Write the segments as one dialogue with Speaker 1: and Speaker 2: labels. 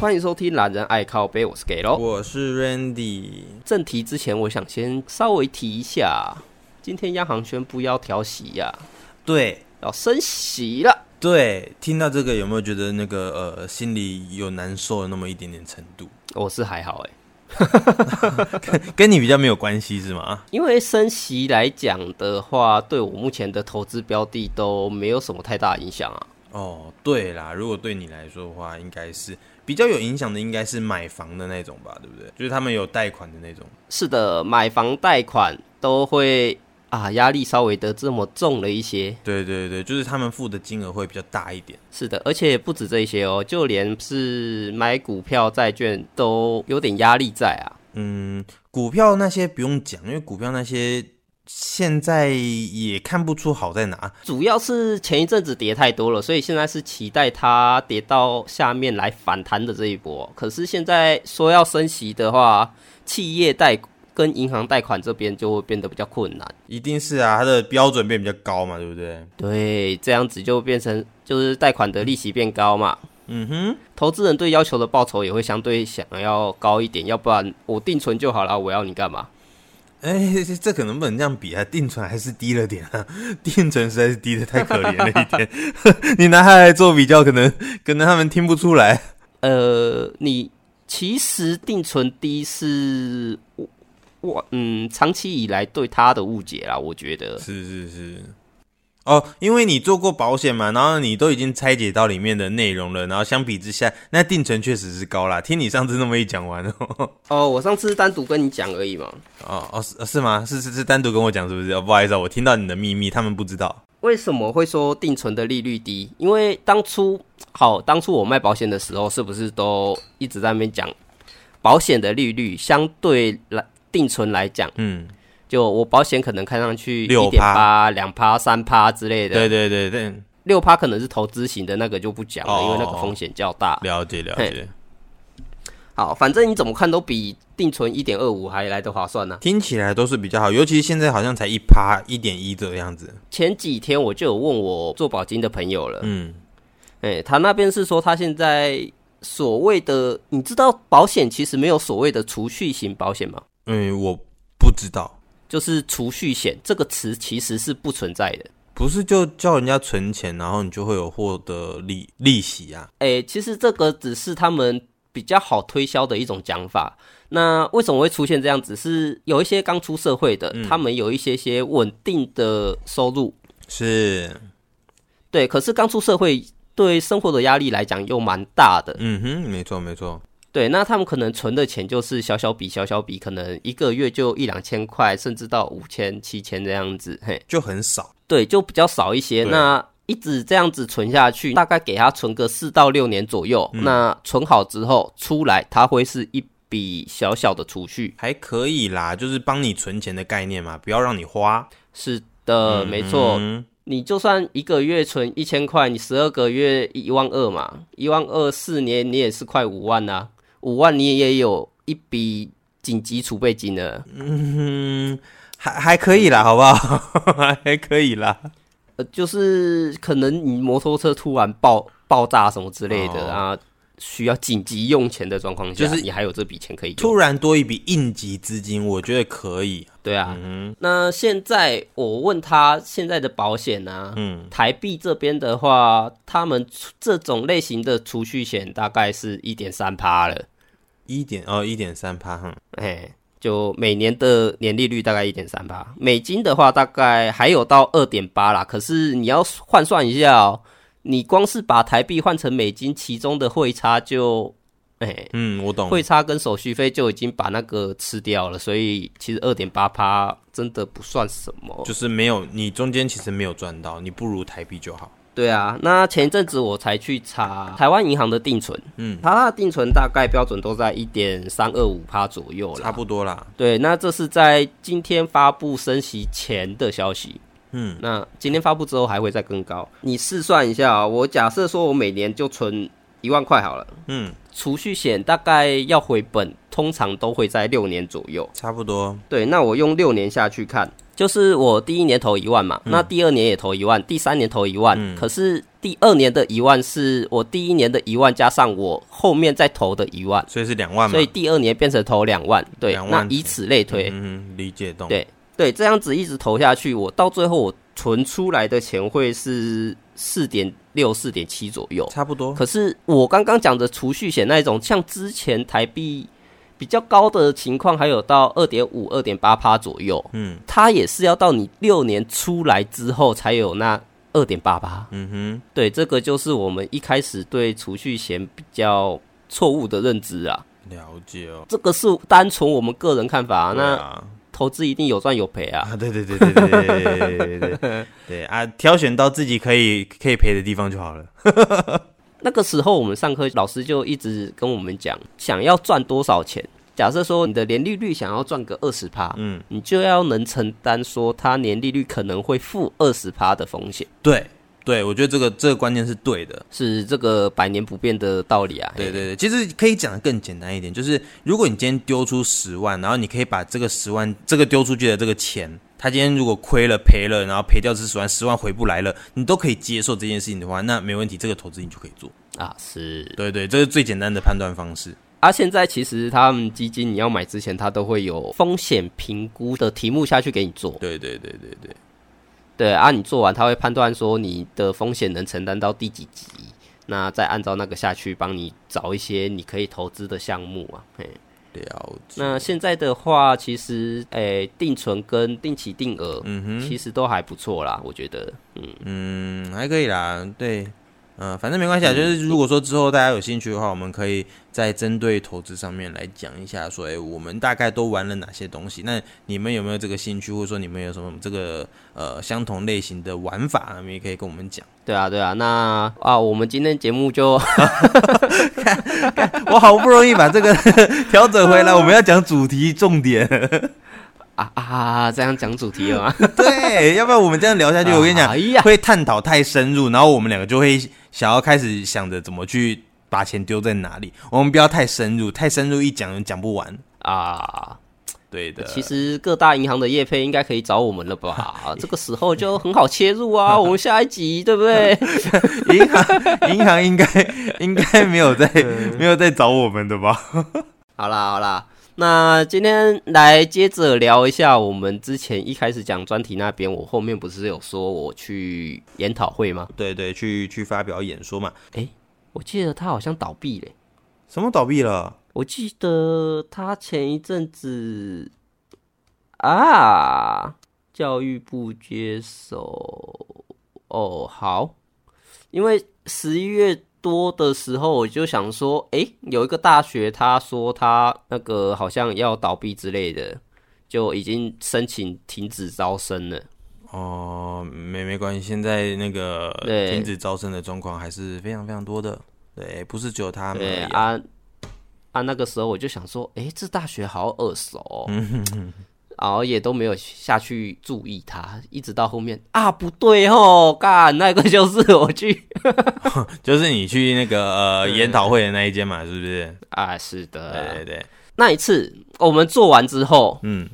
Speaker 1: 欢迎收听《懒人爱靠背》，我是 Gay 喽。
Speaker 2: 我是 Randy，
Speaker 1: 正题之前，我想先稍微提一下，今天央行宣布要调息呀、
Speaker 2: 对
Speaker 1: 要升息了。
Speaker 2: 对，听到这个有没有觉得那个呃心里有难受的那么一点点程度？
Speaker 1: 我是还好哎、
Speaker 2: 跟你比较没有关系是吗？
Speaker 1: 因为升息来讲的话，对我目前的投资标的都没有什么太大影响啊。
Speaker 2: 哦，对啦，如果对你来说的话，应该是比较有影响的，应该是买房的那种吧，对不对？就是他们有贷款的那种。
Speaker 1: 是的，买房贷款都会啊，压力稍微的这么重了一些。
Speaker 2: 对对对，就是他们付的金额会比较大一点。
Speaker 1: 是的，而且不止这一些哦，就连是买股票、债券都有点压力在啊。
Speaker 2: 嗯，股票那些不用讲，因为股票那些现在也看不出好在哪。
Speaker 1: 主要是前一阵子跌太多了，所以现在是期待它跌到下面来反弹的这一波。可是现在说要升息的话，企业贷跟银行贷款这边就会变得比较困难。
Speaker 2: 一定是啊，它的标准变比较高嘛，对不对？
Speaker 1: 对，这样子就变成就是贷款的利息变高嘛。
Speaker 2: 嗯哼，
Speaker 1: 投资人对要求的报酬也会相对想要高一点，要不然我定存就好了，我要你干嘛？
Speaker 2: 哎、这这可能不能这样比啊，定存还是低了点啊， 定存实在是低的太可怜了一点， 你拿它来做比较，可能可能他们听不出来。
Speaker 1: 呃，你其实定存低是我我嗯长期以来对它的误解啦，我觉得。
Speaker 2: 是是是，哦，因为你做过保险嘛，然后你都已经拆解到里面的内容了，然后相比之下，那定存确实是高啦。听你上次那么一讲完哦，
Speaker 1: 哦，我上次单独跟你讲而已嘛。
Speaker 2: 哦哦是是吗？是是是单独跟我讲是不是？哦，不好意思、啊，我听到你的秘密，他们不知道。
Speaker 1: 为什么会说定存的利率低？因为当初好，当初我卖保险的时候，是不是都一直在那边讲保险的利率相对来定存来讲，
Speaker 2: 嗯，
Speaker 1: 就我保险可能看上去一
Speaker 2: 6%
Speaker 1: 点八、两趴、三趴之类的，
Speaker 2: 对对对对，
Speaker 1: 六趴可能是投资型的那个就不讲了，
Speaker 2: 哦
Speaker 1: 因为那个风险较大。
Speaker 2: 了解了解。
Speaker 1: 好，反正你怎么看都比定存一点二五还来得划算呢、
Speaker 2: 听起来都是比较好，尤其现在好像才一趴一点一这个样子。
Speaker 1: 前几天我就有问我做保金的朋友了，
Speaker 2: 嗯，
Speaker 1: 哎、他那边是说他现在所谓的，你知道保险其实没有所谓的储蓄型保险吗？
Speaker 2: 嗯，我不知道，
Speaker 1: 就是储蓄险这个词其实是不存在的。
Speaker 2: 不是就叫人家存钱，然后你就会有获得利利息啊？
Speaker 1: 哎、其实这个只是他们比较好推销的一种讲法。那为什么会出现这样子？是有一些刚出社会的，他们有一些些稳定的收入，
Speaker 2: 是，
Speaker 1: 对，可是刚出社会对生活的压力来讲又蛮大的。
Speaker 2: 嗯哼，没错没错，
Speaker 1: 对，那他们可能存的钱就是小小笔、小小笔，可能一个月就一两千块，甚至到五千、七千这样子。嘿，
Speaker 2: 就很少。
Speaker 1: 对，就比较少一些。
Speaker 2: 对
Speaker 1: 那一直这样子存下去，大概给他存个四到六年左右。
Speaker 2: 嗯
Speaker 1: 那存好之后出来，它会是一笔小小的储蓄。
Speaker 2: 还可以啦，就是帮你存钱的概念嘛，不要让你花。
Speaker 1: 是的，没错。
Speaker 2: 嗯，
Speaker 1: 你就算一个月存一千块，你十二个月一万二嘛，一万二四年你也是快五万啦、五万你也有一笔紧急储备金了。
Speaker 2: 还还可以啦，好不好？ 还可以啦。
Speaker 1: 呃，就是可能你摩托车突然爆爆炸什么之类的、
Speaker 2: 哦
Speaker 1: 啊，需要紧急用钱的状况下，
Speaker 2: 就是
Speaker 1: 你还有这笔钱可以用。
Speaker 2: 突然多一笔应急资金，我觉得可以。
Speaker 1: 对啊，
Speaker 2: 嗯
Speaker 1: 那现在我问他现在的保险啊，
Speaker 2: 嗯，
Speaker 1: 台币这边的话，他们出这种类型的储蓄险大概是一点三趴了，
Speaker 2: 一点哦，一点三趴，哼，
Speaker 1: 哎，就每年的年利率大概一点三趴，美金的话大概还有到二点八啦。可是你要换算一下哦，你光是把台币换成美金，其中的汇差就，哎，
Speaker 2: 嗯，我懂。
Speaker 1: 汇差跟手续费就已经把那个吃掉了，所以其实二点八趴真的不算什么。
Speaker 2: 就是没有你中间其实没有赚到，你不如台币就好。
Speaker 1: 对啊，那前一阵子我才去查台湾银行的定存，嗯，它的定存大概标准都在一点三二五趴左右
Speaker 2: 差
Speaker 1: 啦。
Speaker 2: 不多啦。
Speaker 1: 对，那这是在今天发布升息前的消息。
Speaker 2: 嗯，
Speaker 1: 那今天发布之后还会再更高。你试算一下啊、我假设说我每年就存一万块好了，
Speaker 2: 嗯，
Speaker 1: 储蓄险大概要回本，通常都会在六年左右。
Speaker 2: 差不多。
Speaker 1: 对，那我用六年下去看，就是我第一年投一万嘛，
Speaker 2: 嗯
Speaker 1: 那第二年也投一万，第三年投一万，可是第二年的一万是我第一年的一万加上我后面再投的一万，
Speaker 2: 所以是两万嘛
Speaker 1: 所以。第二年变成投两万，对，
Speaker 2: 两
Speaker 1: 那
Speaker 2: 万
Speaker 1: 以此类推，
Speaker 2: 嗯哼，理解懂。
Speaker 1: 对对，这样子一直投下去，我到最后我存出来的钱会是四点六、四点七左右。
Speaker 2: 差不多。
Speaker 1: 可是我刚刚讲的储蓄险那一种，像之前台币比较高的情况，还有到二点五、二点八趴左右，
Speaker 2: 嗯
Speaker 1: 它也是要到你六年出来之后才有那二点八八。
Speaker 2: 嗯
Speaker 1: 对，这个就是我们一开始对储蓄险比较错误的认知啊。
Speaker 2: 哼，了解哦。
Speaker 1: 这个是单纯我们个人看法啊、
Speaker 2: 对
Speaker 1: 那
Speaker 2: 啊
Speaker 1: 投资一定有赚有赔啊。
Speaker 2: 啊，对对对对对对对对 对对啊，挑选到自己可以可以赔的地方就好了。
Speaker 1: 那个时候我们上课，老师就一直跟我们讲，想要赚多少钱。假设说你的年利率想要赚个二十趴，
Speaker 2: 嗯，
Speaker 1: 你就要能承担说它年利率可能会负二十趴的风险，
Speaker 2: 对对，我觉得这个这个观念是对的。
Speaker 1: 是这个百年不变的道理啊。
Speaker 2: 对
Speaker 1: 嘿，
Speaker 2: 对对，其实可以讲的更简单一点，就是如果你今天丢出十万，然后你可以把这个十万这个丢出去的这个钱，他今天如果亏了赔了，然后赔掉这十万，十万回不来了，你都可以接受这件事情的话，那没问题，这个投资你就可以做。
Speaker 1: 啊是
Speaker 2: 对对，这是最简单的判断方式。
Speaker 1: 啊。现在其实他们基金你要买之前，它都会有风险评估的题目下去给你做。
Speaker 2: 对对对对对，
Speaker 1: 对啊，你做完他会判断说你的风险能承担到第几级，那再按照那个下去帮你找一些你可以投资的项目啊。嘿，
Speaker 2: 了解。
Speaker 1: 那现在的话，其实诶、定存跟定期定额，嗯哼，其实都还不错啦，我觉得。
Speaker 2: 嗯，还可以啦，对，嗯、反正没关系啊。就是如果说之后大家有兴趣的话，我们可以再针对投资上面来讲一下说、哎，我们大概都玩了哪些东西？那你们有没有这个兴趣，或者说你们有什么这个呃相同类型的玩法，你们也可以跟我们讲。
Speaker 1: 对啊，对啊，那啊，我们今天节目就
Speaker 2: 我好不容易把这个调整回来，我们要讲主题重点。
Speaker 1: 啊啊这样讲主题了吗？
Speaker 2: 对，要不然我们这样聊下去，我跟你讲
Speaker 1: 哎，呀，
Speaker 2: 会探讨太深入，然后我们两个就会想要开始想着怎么去把钱丢在哪里。我们不要太深入，太深入一讲讲不完。
Speaker 1: 啊，
Speaker 2: 对的，
Speaker 1: 其实各大银行的业配应该可以找我们了
Speaker 2: 哎
Speaker 1: 吧？这个时候就很好切入啊， 我们下一集对不 对？
Speaker 2: 银 行银行应该应该没有在没有在找我们的吧？
Speaker 1: 好啦好啦，那今天来接着聊一下我们之前一开始讲专题那边，我后面不是有说我去研讨会吗？
Speaker 2: 对对，去去发表演说嘛。
Speaker 1: 我记得他好像倒闭嘞，
Speaker 2: 什么倒闭了？
Speaker 1: 我记得他前一阵子啊，教育部接手哦，好，因为十一月多的时候，我就想说，诶、有一个大学，他说他那个好像要倒闭之类的，就已经申请停止招生了。
Speaker 2: 哦，没没关系，现在那个
Speaker 1: 对
Speaker 2: 停止招生的状况还是非常非常多的。对，不是只有他们
Speaker 1: 对
Speaker 2: 而已啊、
Speaker 1: 啊啊，那个时候我就想说，诶，这大学好耳熟、 哦，然后也都没有下去注意它，一直到后面啊，不对哦，干那个就是我去
Speaker 2: 就是你去那个呃研讨会的那一间嘛，是不是？
Speaker 1: 啊，是的，
Speaker 2: 对对对，
Speaker 1: 那一次我们做完之后，
Speaker 2: 嗯。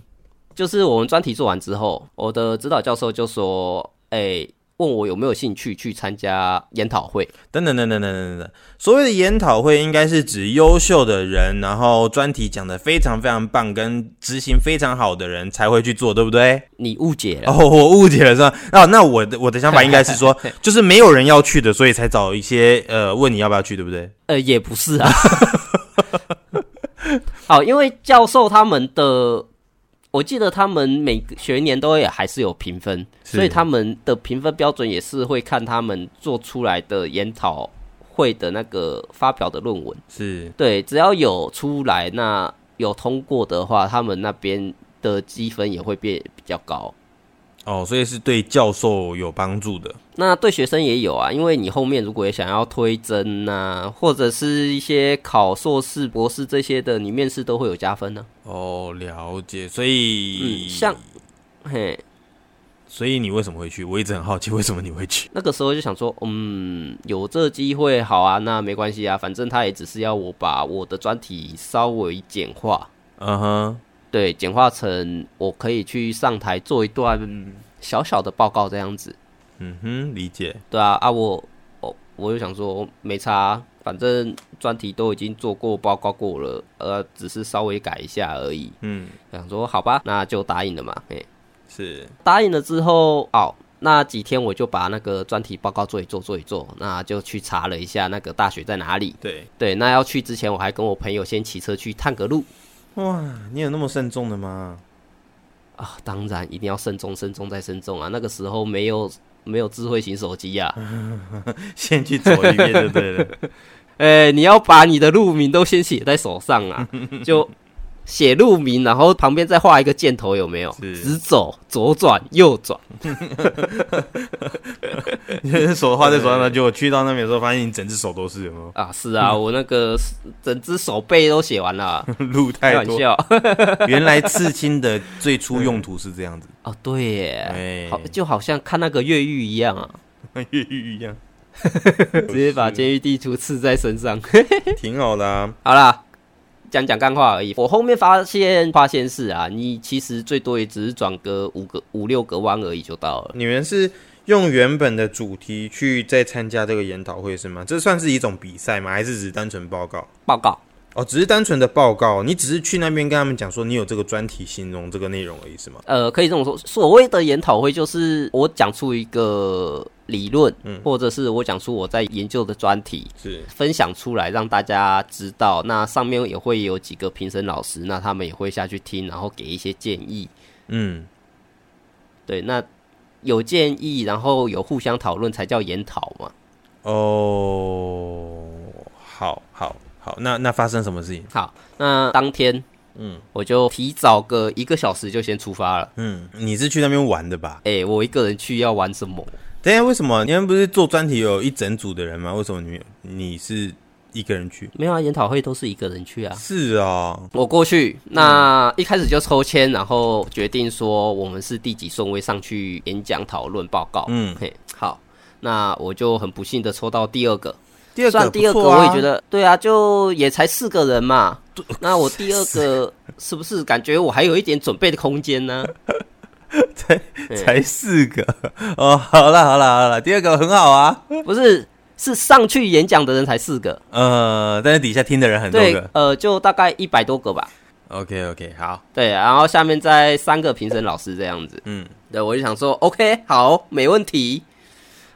Speaker 1: 就是我们专题做完之后，我的指导教授就说，诶，问我有没有兴趣去参加研讨会，
Speaker 2: 等等等等等等等等，所谓的研讨会应该是指优秀的人，然后专题讲的非常非常棒，跟执行非常好的人才会去做，对不对？
Speaker 1: 你误解了，
Speaker 2: 哦，我误解了是吧？哦，那我的我的想法应该是说，就是没有人要去的，所以才找一些呃问你要不要去，对不对？
Speaker 1: 呃，也不是啊。 好，因为教授他们的，我记得他们每个学年都也还是有评分，
Speaker 2: 是
Speaker 1: 所以他们的评分标准也是会看他们做出来的研讨会的那个发表的论文。
Speaker 2: 是
Speaker 1: 对，只要有出来，那有通过的话，他们那边的积分也会变比较高。
Speaker 2: 哦，所以是对教授有帮助的。
Speaker 1: 那对学生也有啊，因为你后面如果也想要推甄呐、或者是一些考硕士、博士这些的，你面试都会有加分呢、
Speaker 2: 哦，了解。所以，
Speaker 1: 嗯像嘿，
Speaker 2: 所以你为什么会去？我一直很好奇，为什么你会去？
Speaker 1: 那个时候就想说，嗯，有这机会好啊，那没关系啊，反正他也只是要我把我的专题稍微简化，
Speaker 2: 嗯哼，
Speaker 1: 对，简化成我可以去上台做一段小小的报告这样子。
Speaker 2: 嗯哼，理解。
Speaker 1: 对啊，啊我我我就想说没差，啊反正专题都已经做过报告过了，呃，只是稍微改一下而已。
Speaker 2: 嗯，
Speaker 1: 想说好吧，那就答应了嘛。哎、
Speaker 2: 是，
Speaker 1: 答应了之后，哦，那几天我就把那个专题报告做一做，做一做，那就去查了一下那个大学在哪里。
Speaker 2: 对。
Speaker 1: 对，那要去之前，我还跟我朋友先骑车去探个路
Speaker 2: 哇，你有那么慎重的吗？
Speaker 1: 啊。当然，一定要慎重，慎重再慎重啊。那个时候没有没有智慧型手机呀、啊，
Speaker 2: 先去走一遍就对了。
Speaker 1: 哎、你要把你的路名都先写在手上 啊，就写路名，然后旁边再画一个箭头，有没有？
Speaker 2: 是
Speaker 1: 直走、左转、右转。
Speaker 2: 你手画在手上，然后结果去到那边的时候，发现你整只手都是，有没有？
Speaker 1: 啊，是啊，
Speaker 2: 嗯
Speaker 1: 我那个整只手背都写完了啊，
Speaker 2: 路
Speaker 1: 开
Speaker 2: 太
Speaker 1: 玩
Speaker 2: 多。
Speaker 1: 笑。
Speaker 2: 原来刺青的最初用途是这 样子，
Speaker 1: 哦，对耶
Speaker 2: 哎，
Speaker 1: 好，就好像看那个越狱一样 啊，
Speaker 2: 跟越狱一样，
Speaker 1: 直接把监狱地图刺在身上。
Speaker 2: 挺好的啊。
Speaker 1: 好啦，讲讲干话而已。我后面发现发现是啊，你其实最多也只是转个五个五六个弯而已就到了。
Speaker 2: 你们是用原本的主题去再参加这个研讨会是吗？这算是一种比赛吗？还是只是单纯报告？
Speaker 1: 报告，
Speaker 2: 哦，只是单纯的报告，你只是去那边跟他们讲说你有这个专题，形容这个内容而已是吗？
Speaker 1: 呃，可以这么说，所谓的研讨会就是我讲出一个理论，
Speaker 2: 嗯
Speaker 1: 或者是我讲出我在研究的专题，
Speaker 2: 是，
Speaker 1: 分享出来让大家知道。那上面也会有几个评审老师，那他们也会下去听，然后给一些建议。
Speaker 2: 嗯，
Speaker 1: 对，那有建议，然后有互相讨论，才叫研讨嘛。
Speaker 2: 哦，好好好，那那发生什么事情？
Speaker 1: 好，那当天，嗯，我就提早个一个小时就先出发了。
Speaker 2: 嗯，你是去那边玩的吧？
Speaker 1: 哎、我一个人去要玩什么？
Speaker 2: 等一下为什么你们不是做专题有一整组的人吗？为什么你你是一个人去？
Speaker 1: 没有啊，研讨会都是一个人去啊。
Speaker 2: 是哦，
Speaker 1: 我过去，
Speaker 2: 嗯
Speaker 1: 那一开始就抽签，然后决定说我们是第几顺位上去演讲、讨论、报告。
Speaker 2: 嗯，
Speaker 1: 嘿，好，那我就很不幸的抽到第二个，
Speaker 2: 第二个、
Speaker 1: 算第二个，我也觉，得，对啊，就也才四个人嘛。那我第二个是不是感觉我还有一点准备的空间 呢？
Speaker 2: 才四个哦。好了好了好了，第二个很好啊。
Speaker 1: 不是，是上去演讲的人才四个，
Speaker 2: 呃，但是底下听的人很多
Speaker 1: 对
Speaker 2: 个。，
Speaker 1: 呃，就大概一百多个吧。
Speaker 2: OK OK，好，
Speaker 1: 对，然后下面再三个评审老师这样子。
Speaker 2: 嗯，
Speaker 1: 对，我就想说，OK，好，没问题。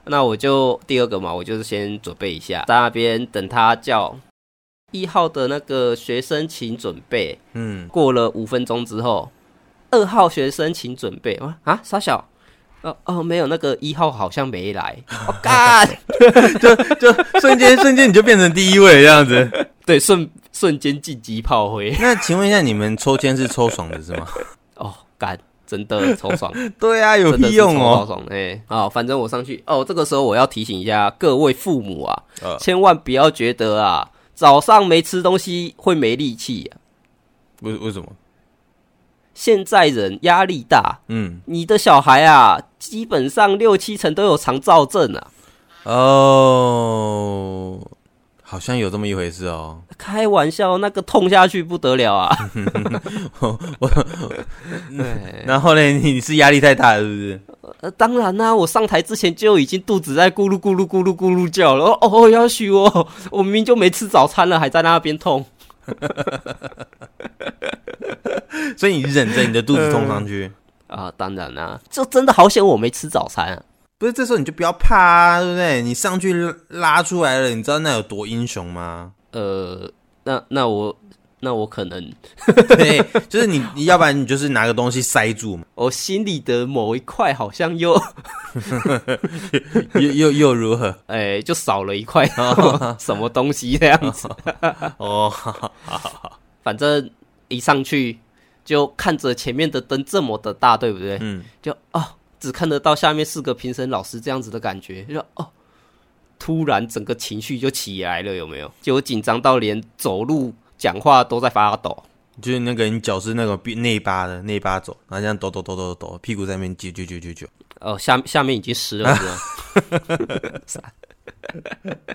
Speaker 1: 那我就第二个嘛，我就是先准备一下，在那边等他叫一号的那个学生，请准备。
Speaker 2: 嗯，
Speaker 1: 过了五分钟之后，二号学生请准备。啊啊，傻小，哦哦，没有，那个一号好像没来。我、哦、干，
Speaker 2: 就瞬间瞬间你就变成第一位这样 子。
Speaker 1: 对，瞬瞬间晋级炮灰。
Speaker 2: 那请问一下，你们抽签是抽爽的是 吗？
Speaker 1: 哦，干，真的超爽。
Speaker 2: 对啊，有
Speaker 1: 真的
Speaker 2: 屁
Speaker 1: 是
Speaker 2: 用
Speaker 1: 超爆
Speaker 2: 哦。
Speaker 1: 爽哎、好，反正我上去哦。这个时候我要提醒一下各位父母啊，
Speaker 2: 呃
Speaker 1: 千万不要觉得啊，早上没吃东西会没力气、啊。
Speaker 2: 为为什么？
Speaker 1: 现在人压力大，
Speaker 2: 嗯，
Speaker 1: 你的小孩啊，基本上六七成都有肠燥症啊。
Speaker 2: 哦，好像有这么一回事哦。
Speaker 1: 开玩笑，那个痛下去不得了
Speaker 2: 嗯
Speaker 1: 啊！
Speaker 2: 然后嘞，你是压力太大了是不是？
Speaker 1: 呃，当然啦、我上台之前就已经肚子在咕噜咕噜咕噜咕噜叫了。哦哦，要许我，我明明就没吃早餐了，还在那边痛。
Speaker 2: 所以你忍着你的肚子痛上去。
Speaker 1: 啊，当然啦、就真的好险我没吃早餐啊！
Speaker 2: 不是，这时候你就不要怕啊，对不对？你上去拉拉出来了，你知道那有多英雄吗？
Speaker 1: 呃，那那我那我可能
Speaker 2: 对，就是你，你要不然你就是拿个东西塞住嘛，
Speaker 1: 我哦心里的某一块好像又
Speaker 2: 又又又如何？
Speaker 1: 哎、就少了一块 哦什么东西这样子。
Speaker 2: 哦，
Speaker 1: 反正一上去就看着前面的灯这么的大，对不对？
Speaker 2: 嗯，
Speaker 1: 就哦，只看得到下面四个评审老师这样子的感觉，就哦。突然，整个情绪就起来了，有没有？就我紧张到连走路、讲话都在发抖。
Speaker 2: 就是那个你脚是那个壁内八的内八走，然后这样抖抖抖抖抖抖，屁股在那边揪揪揪揪揪。
Speaker 1: 哦，下下面已经湿了，是吗？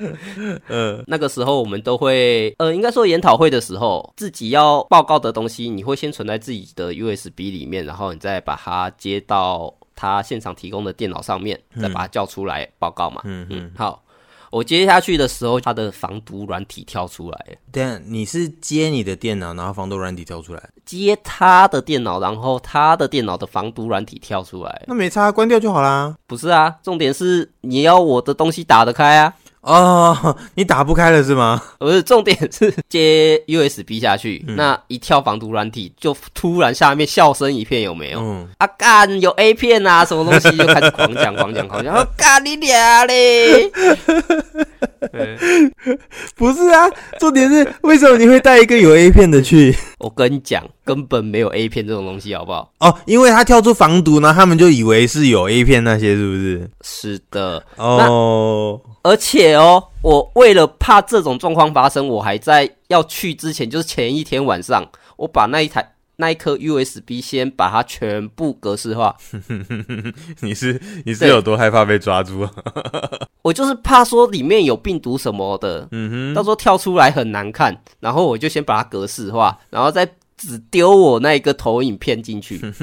Speaker 1: 嗯，那个时候我们都会，呃，应该说研讨会的时候，自己要报告的东西，你会先存在自己的 USB 里面，然后你再把它接到他现场提供的电脑上面，再把它叫出来报告嘛。
Speaker 2: 嗯嗯。
Speaker 1: 嗯，好，我接下去的时候，它的防毒软体跳出来了，
Speaker 2: 但你是接你的电脑，然后防毒软体跳出来，
Speaker 1: 接他的电脑，然后他的电脑的防毒软体跳出来了，
Speaker 2: 那没差，关掉就好啦。
Speaker 1: 不是啊？重点是你要我的东西打得开啊。
Speaker 2: 哦，你打不开了是吗？
Speaker 1: 不是，重点是接 USB 下去，那一跳防毒软体，就突然下面笑声一片，有没有？
Speaker 2: 嗯，
Speaker 1: 啊干，有 A 片啊，什么东西就开始狂讲狂讲狂讲，啊干你俩嘞！
Speaker 2: 不是啊，重点是为什么你会带一个有 A 片的去？
Speaker 1: 我跟你讲，根本没有 A 片这种东西，好不好？
Speaker 2: 哦，因为他跳出防毒，然后他们就以为是有 A 片那些，是不是？
Speaker 1: 是的，
Speaker 2: 哦，
Speaker 1: 而且哦，我为了怕这种状况发生，我还在要去之前，就是前一天晚上，我把那一台那一颗 USB 先把它全部格式化，
Speaker 2: 你是你是
Speaker 1: 对
Speaker 2: 有多害怕被抓住啊？
Speaker 1: 我就是怕说里面有病毒什么的，
Speaker 2: 嗯
Speaker 1: 到时候跳出来很难看，然后我就先把它格式化，然后再只丢我那一个投影片进去，
Speaker 2: 哼，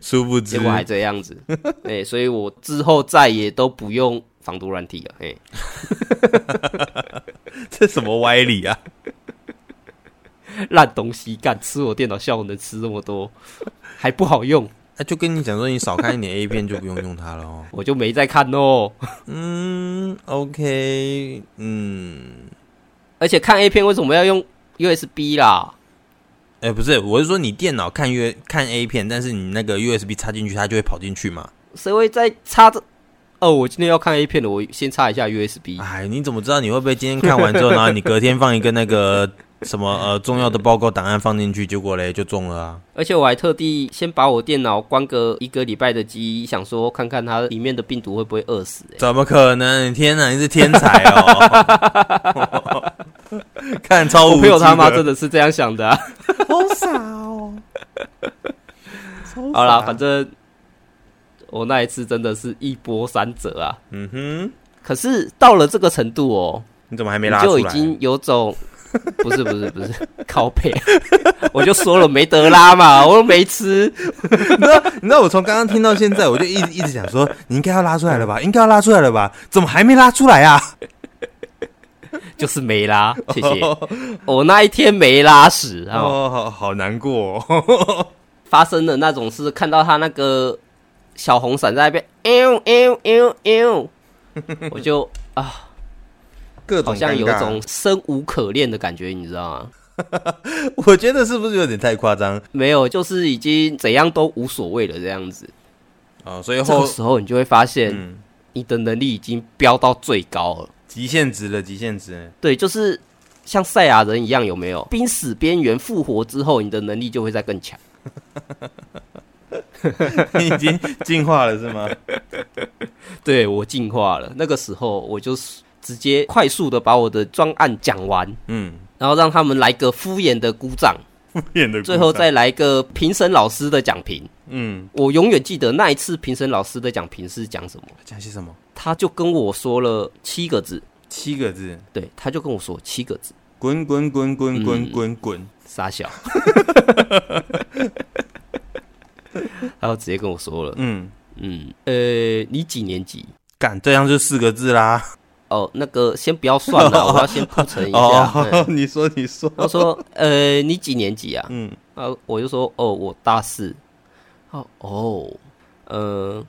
Speaker 2: 殊不
Speaker 1: 结
Speaker 2: 知
Speaker 1: 果还这样子， 哎、所以我之后再也都不用防毒软体了，哎、
Speaker 2: 这什么歪理 啊？
Speaker 1: 烂东西干，吃我电脑效能吃这么多， 还不好用，
Speaker 2: 啊，就跟你讲说，你少看一点 A 片就不用用它了哦。
Speaker 1: 我就没再看哦。
Speaker 2: 嗯，OK，嗯，
Speaker 1: 而且看 A 片为什么要用 USB 啦？
Speaker 2: 哎、不是，我是说你电脑看月看 A 片，但是你那个 USB 插进去，它就会跑进去嘛。
Speaker 1: 谁会再插着？哦，我今天要看 A 片了，我先插一下 USB。
Speaker 2: 哎，你怎么知道你会不会今天看完之后，然后你隔天放一个那 个什么呃重要的报告档案放进去，结果嘞就中了啊？
Speaker 1: 而且我还特地先把我电脑关个一个礼拜的机，想说看看它里面的病毒会不会饿死、欸。
Speaker 2: 怎么可能？天哪，你是天才哦！ 看超无
Speaker 1: 我朋友他妈
Speaker 2: 知
Speaker 1: 真的是这样想的、啊。
Speaker 2: 好傻哦。
Speaker 1: 好啦，反正我那一次真的是一波三折啊。
Speaker 2: 嗯哼，
Speaker 1: 可是到了这个程度哦、
Speaker 2: 你怎么还没
Speaker 1: 你
Speaker 2: 拉出
Speaker 1: 就已
Speaker 2: 来？
Speaker 1: 经有种不是不是不是 靠背，我就说了没得拉嘛，我又没吃。
Speaker 2: 你知道，你知道我从刚刚听到现在，我就一直一直想说，你应该要拉出来了吧，应该要拉出来了吧，怎么还没拉出来啊？
Speaker 1: 就是没拉，谢谢。 我那一天没拉屎，然后
Speaker 2: 哦，好好难过、哦。
Speaker 1: 发生的那种是看到他那个小红伞在那边，哎哎 哎哎，我就
Speaker 2: 各种
Speaker 1: 好像有
Speaker 2: 尴尬
Speaker 1: 种，生无可恋的感觉，你知道吗？
Speaker 2: 我觉得是不是有点太夸张
Speaker 1: 没有，就是已经怎样都无所谓了这样子。
Speaker 2: 哦？所以
Speaker 1: 这
Speaker 2: 后
Speaker 1: 个时候你就会发现，
Speaker 2: 嗯，
Speaker 1: 你的能力已经飙到最高了。
Speaker 2: 极限值了，极限值了。
Speaker 1: 对，就是像赛亚人一样，有没有？濒死边缘复活之后，你的能力就会再更强。
Speaker 2: 你已经进化了是吗？
Speaker 1: 对我进化了。那个时候我就是直接快速的把我的专案讲完，
Speaker 2: 嗯，
Speaker 1: 然后让他们来个敷衍的鼓掌，
Speaker 2: 变得
Speaker 1: 最后再来个评审老师的讲评。
Speaker 2: 嗯
Speaker 1: 我永远记得那一次评审老师的讲评是讲什么，
Speaker 2: 讲些什么？
Speaker 1: 他就跟我说了七个字，
Speaker 2: 七个字：
Speaker 1: 对，他就跟我说七个字，
Speaker 2: 滚滚滚滚滚滚滚。
Speaker 1: 傻小。 然后直接跟我说了，
Speaker 2: 嗯，
Speaker 1: 嗯，呃，你几年级？
Speaker 2: 干这样就四个字啦。
Speaker 1: 哦，那个先不要算 了，我要先铺陈一下。
Speaker 2: 哦
Speaker 1: 嗯，
Speaker 2: 你说你说，
Speaker 1: 他说：“呃，你几年级啊
Speaker 2: 嗯，？”
Speaker 1: 啊，我就说：“哦，我大四。”哦哦，呃，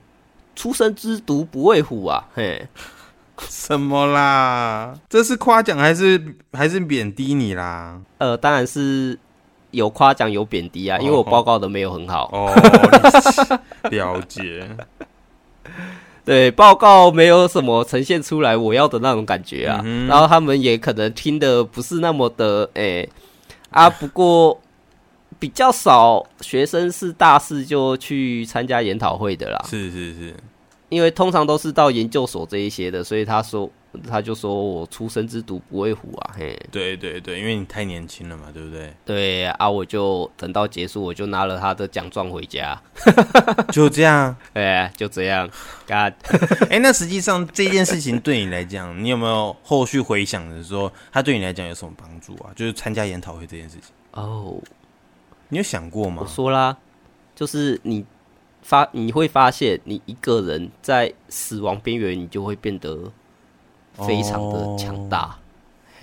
Speaker 1: 初生之犊不畏虎啊，嘿，
Speaker 2: 什么啦？这是夸奖还是还是贬低你啦？
Speaker 1: 呃，当然是有夸奖有贬低啊，因为我报告的没有很好，
Speaker 2: 哦，了解。
Speaker 1: 对，报告没有什么呈现出来我要的那种感觉啊，
Speaker 2: 嗯哼
Speaker 1: 然后他们也可能听的不是那么的，哎、啊，不过。比较少学生是大四就去参加研讨会的啦，
Speaker 2: 是是是，
Speaker 1: 因为通常都是到研究所这一些的，所以他说他就说我出生之犊不畏虎啊，嘿，
Speaker 2: 对对对，因为你太年轻了嘛，对不对？
Speaker 1: 对啊，我就等到结束，我就拿了他的奖状回家，
Speaker 2: 就这样。
Speaker 1: 哎，就这样，干，
Speaker 2: 哎、那实际上这件事情对你来讲，你有没有后续回想的时候，它对你来讲有什么帮助啊？就是参加研讨会这件事情，
Speaker 1: 哦，
Speaker 2: 你有想过吗
Speaker 1: 我？说啦，就是你发你会发现，你一个人在死亡边缘，你就会变得非常的强大。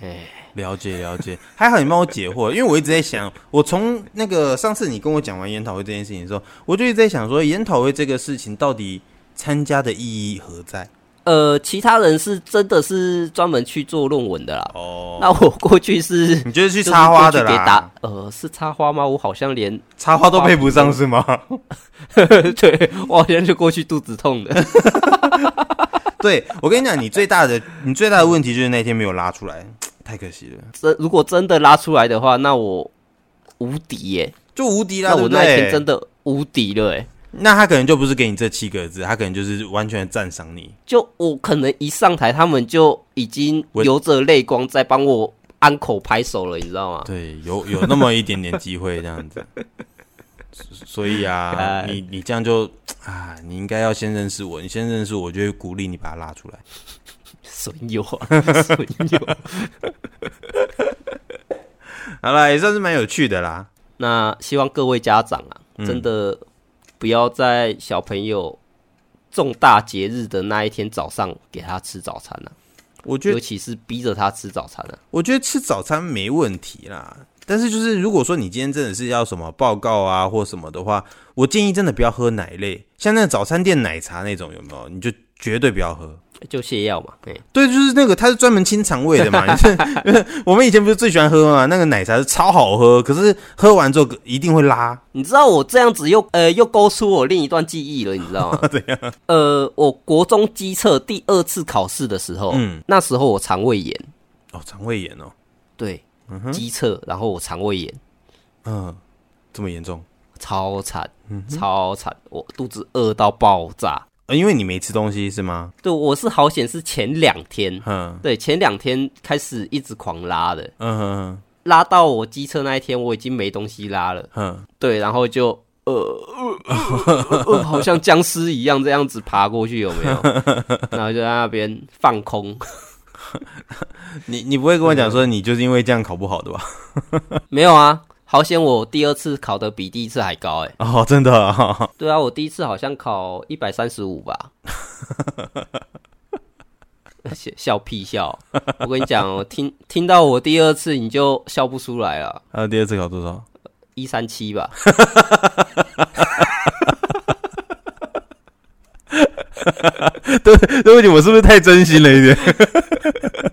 Speaker 1: 哎、
Speaker 2: 了解了解，还好你帮我解惑，因为我一直在想，我从那个上次你跟我讲完研讨会这件事情的时候，我就一直在想说，研讨会这个事情到底参加的意义何在？
Speaker 1: 呃，其他人是真的是专门去做论文的啦。
Speaker 2: 哦，
Speaker 1: 那我过去是
Speaker 2: 你就是去
Speaker 1: 就是
Speaker 2: 插
Speaker 1: 过
Speaker 2: 花
Speaker 1: 去
Speaker 2: 的
Speaker 1: 给
Speaker 2: 啦
Speaker 1: 答，，呃，是插花吗？我好像连
Speaker 2: 插花都配不上是吗？
Speaker 1: 对我好像就过去肚子痛的。
Speaker 2: 对，我跟你讲，你最大的你最大的问题就是那天没有拉出来，太可惜了，
Speaker 1: 真如果真的拉出来的话，那我无敌耶、
Speaker 2: 就无敌啦，
Speaker 1: 那
Speaker 2: 对
Speaker 1: 我
Speaker 2: 不
Speaker 1: 那一
Speaker 2: 对
Speaker 1: 天真的无敌了耶、
Speaker 2: 那他可能就不是给你这七个字，他可能就是完全赞赏你。
Speaker 1: 就我可能一上台，他们就已经流着泪光在帮我安口拍手了，你知道吗？
Speaker 2: 对，有有那么一点点机会这样子。 所所以啊，
Speaker 1: 哎
Speaker 2: 你你这样就啊，你应该要先认识我，你先认识我，我就会鼓励你把他拉出来。
Speaker 1: 损友啊， 损友。
Speaker 2: 好了，也算是蛮有趣的啦。
Speaker 1: 那希望各位家长啊，
Speaker 2: 嗯
Speaker 1: 真的不要在小朋友重大节日的那一天早上给他吃早餐啊，
Speaker 2: 我觉
Speaker 1: 尤
Speaker 2: 得
Speaker 1: 其是逼着他吃早餐啊。
Speaker 2: 我觉得吃早餐没问题啦，但是就是如果说你今天真的是要什么报告啊或什么的话，我建议真的不要喝奶类，像那个早餐店奶茶那种有没有？你就绝对不要喝。
Speaker 1: 就泻药嘛，哎、
Speaker 2: 对，就是那个，它是专门清肠胃的 嘛。你是我们以前不是最喜欢喝嘛？那个奶茶是超好喝，可是喝完之后一定会拉。
Speaker 1: 你知道我这样子又呃又勾出我另一段记忆了，你知道 吗？对呀。呃，我国中机测第二次考试的时候，
Speaker 2: 嗯，
Speaker 1: 那时候我肠胃炎，
Speaker 2: 哦，肠胃炎哦，
Speaker 1: 对，机测，然后我肠胃炎
Speaker 2: 嗯，这么严重、
Speaker 1: 超惨，超惨，我肚子饿到爆炸。
Speaker 2: 呃？因为你没吃东西是吗？
Speaker 1: 对，我是好险是前两天，
Speaker 2: 嗯
Speaker 1: 对，前两天开始一直狂拉的，
Speaker 2: 嗯哼
Speaker 1: 拉到我机测那一天，我已经没东西拉了。
Speaker 2: 哼，
Speaker 1: 对，然后就呃呃呃呃好像僵尸一样这样子爬过去，有没有？然后就在那边放空，
Speaker 2: 哼你你不会跟我讲说你就是因为这样考不好的吧？
Speaker 1: 没有啊。好险！我第二次考的比第一次还高哎、
Speaker 2: 哦，真的、 哦，
Speaker 1: 对啊，我第一次好像考一百三十五吧。笑笑屁笑！我跟你讲，我听听到我第二次你就笑不出来了，
Speaker 2: 啊，第二次考多少？
Speaker 1: 一三七吧。
Speaker 2: 对不起，我是不是太真心了一点？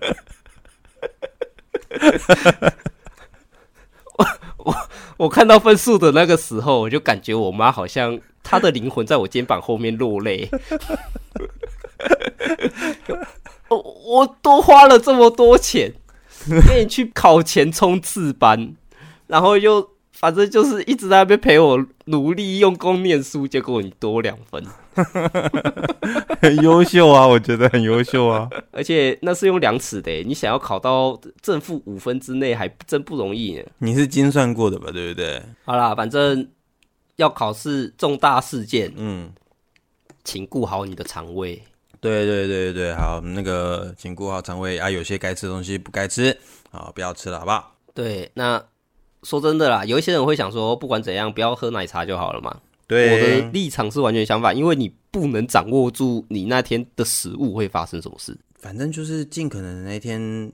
Speaker 1: 我看到分数的那个时候，我就感觉我妈好像她的灵魂在我肩膀后面落泪。我我多花了这么多钱，给你去考前冲刺班，然后又反正就是一直在那边陪我努力用功念书，结果你多两分，
Speaker 2: 很 优秀啊，我觉得很优秀啊。
Speaker 1: 而且那是用量尺的耶，你想要考到正负五分之内还真不容易呢。
Speaker 2: 你是精算过的吧？对不对？
Speaker 1: 好啦，反正要考试重大事件，
Speaker 2: 嗯，
Speaker 1: 请顾好你的肠胃。
Speaker 2: 对对对对，好，那个请顾好肠胃啊，有些该吃的东西不该吃，好，不要吃了，好不好？
Speaker 1: 对，那说真的啦，有一些人会想说，不管怎样，不要喝奶茶就好了嘛。我
Speaker 2: 对，
Speaker 1: 的立场是完全相反，因为你不能掌握住你那天的食物会发生什么事。
Speaker 2: 反正就是尽可能那一天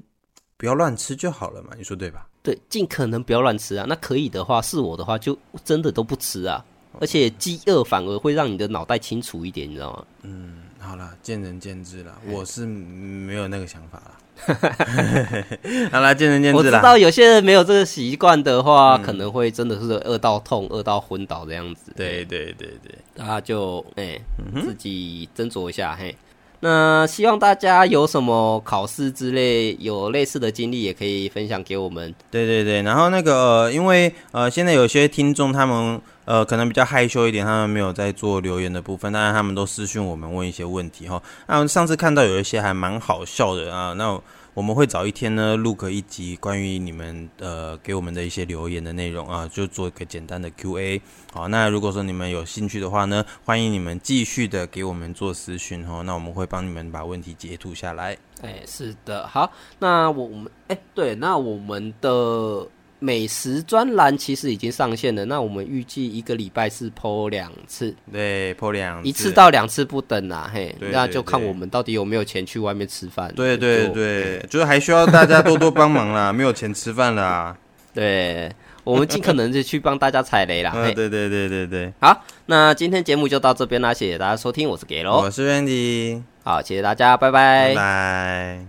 Speaker 2: 不要乱吃就好了嘛，你说对吧？
Speaker 1: 对，尽可能不要乱吃啊。那可以的话，是我的话，就真的都不吃啊。而且饥饿反而会让你的脑袋清楚一点，你知道吗？
Speaker 2: 好啦，见仁见智啦，
Speaker 1: 哎
Speaker 2: 我是没有那个想法啦。 好啦，见仁见
Speaker 1: 我
Speaker 2: 智
Speaker 1: 知
Speaker 2: 啦。嗯
Speaker 1: 道有些人没有这个习惯的话，可能会真的是饿到痛、饿到昏倒这样子。
Speaker 2: 对对对对，
Speaker 1: 嗯大家就哎、自己斟酌一下嘿。那希望大家有什么考试之类有类似的经历，也可以分享给我们。
Speaker 2: 对对对，然后那个，呃因为呃，现在有些听众他们呃可能比较害羞一点，他们没有在做留言的部分，当然他们都私讯我们问一些问题哈。那、啊、上次看到有一些还蛮好笑的啊，那我们会找一天呢录个一集关于你们呃给我们的一些留言的内容啊，就做一个简单的 Q&A。好，那如果说你们有兴趣的话呢，欢迎你们继续的给我们做私讯哦，那我们会帮你们把问题截图下来。
Speaker 1: 哎，是的，好，那我们哎，对，那我们的美食专栏其实已经上线了，那我们预计一个礼拜是剖两次，
Speaker 2: 对，破两
Speaker 1: 一次到两次不等啦，嘿，
Speaker 2: 对
Speaker 1: 那
Speaker 2: 对
Speaker 1: 就看
Speaker 2: 对
Speaker 1: 我们到底有没有钱去外面吃饭。
Speaker 2: 对 对
Speaker 1: 就
Speaker 2: 对，就是还需要大家多多帮忙啦，没 有钱吃饭啦。
Speaker 1: 对，我们尽可能的去帮大家踩雷啦。
Speaker 2: 嗯，
Speaker 1: 嘿
Speaker 2: 对对对对对，
Speaker 1: 好，那今天节目就到这边啦，谢谢大家收听，我是给喽，
Speaker 2: 我是 Randy，
Speaker 1: 好，谢谢大家，拜
Speaker 2: 拜拜。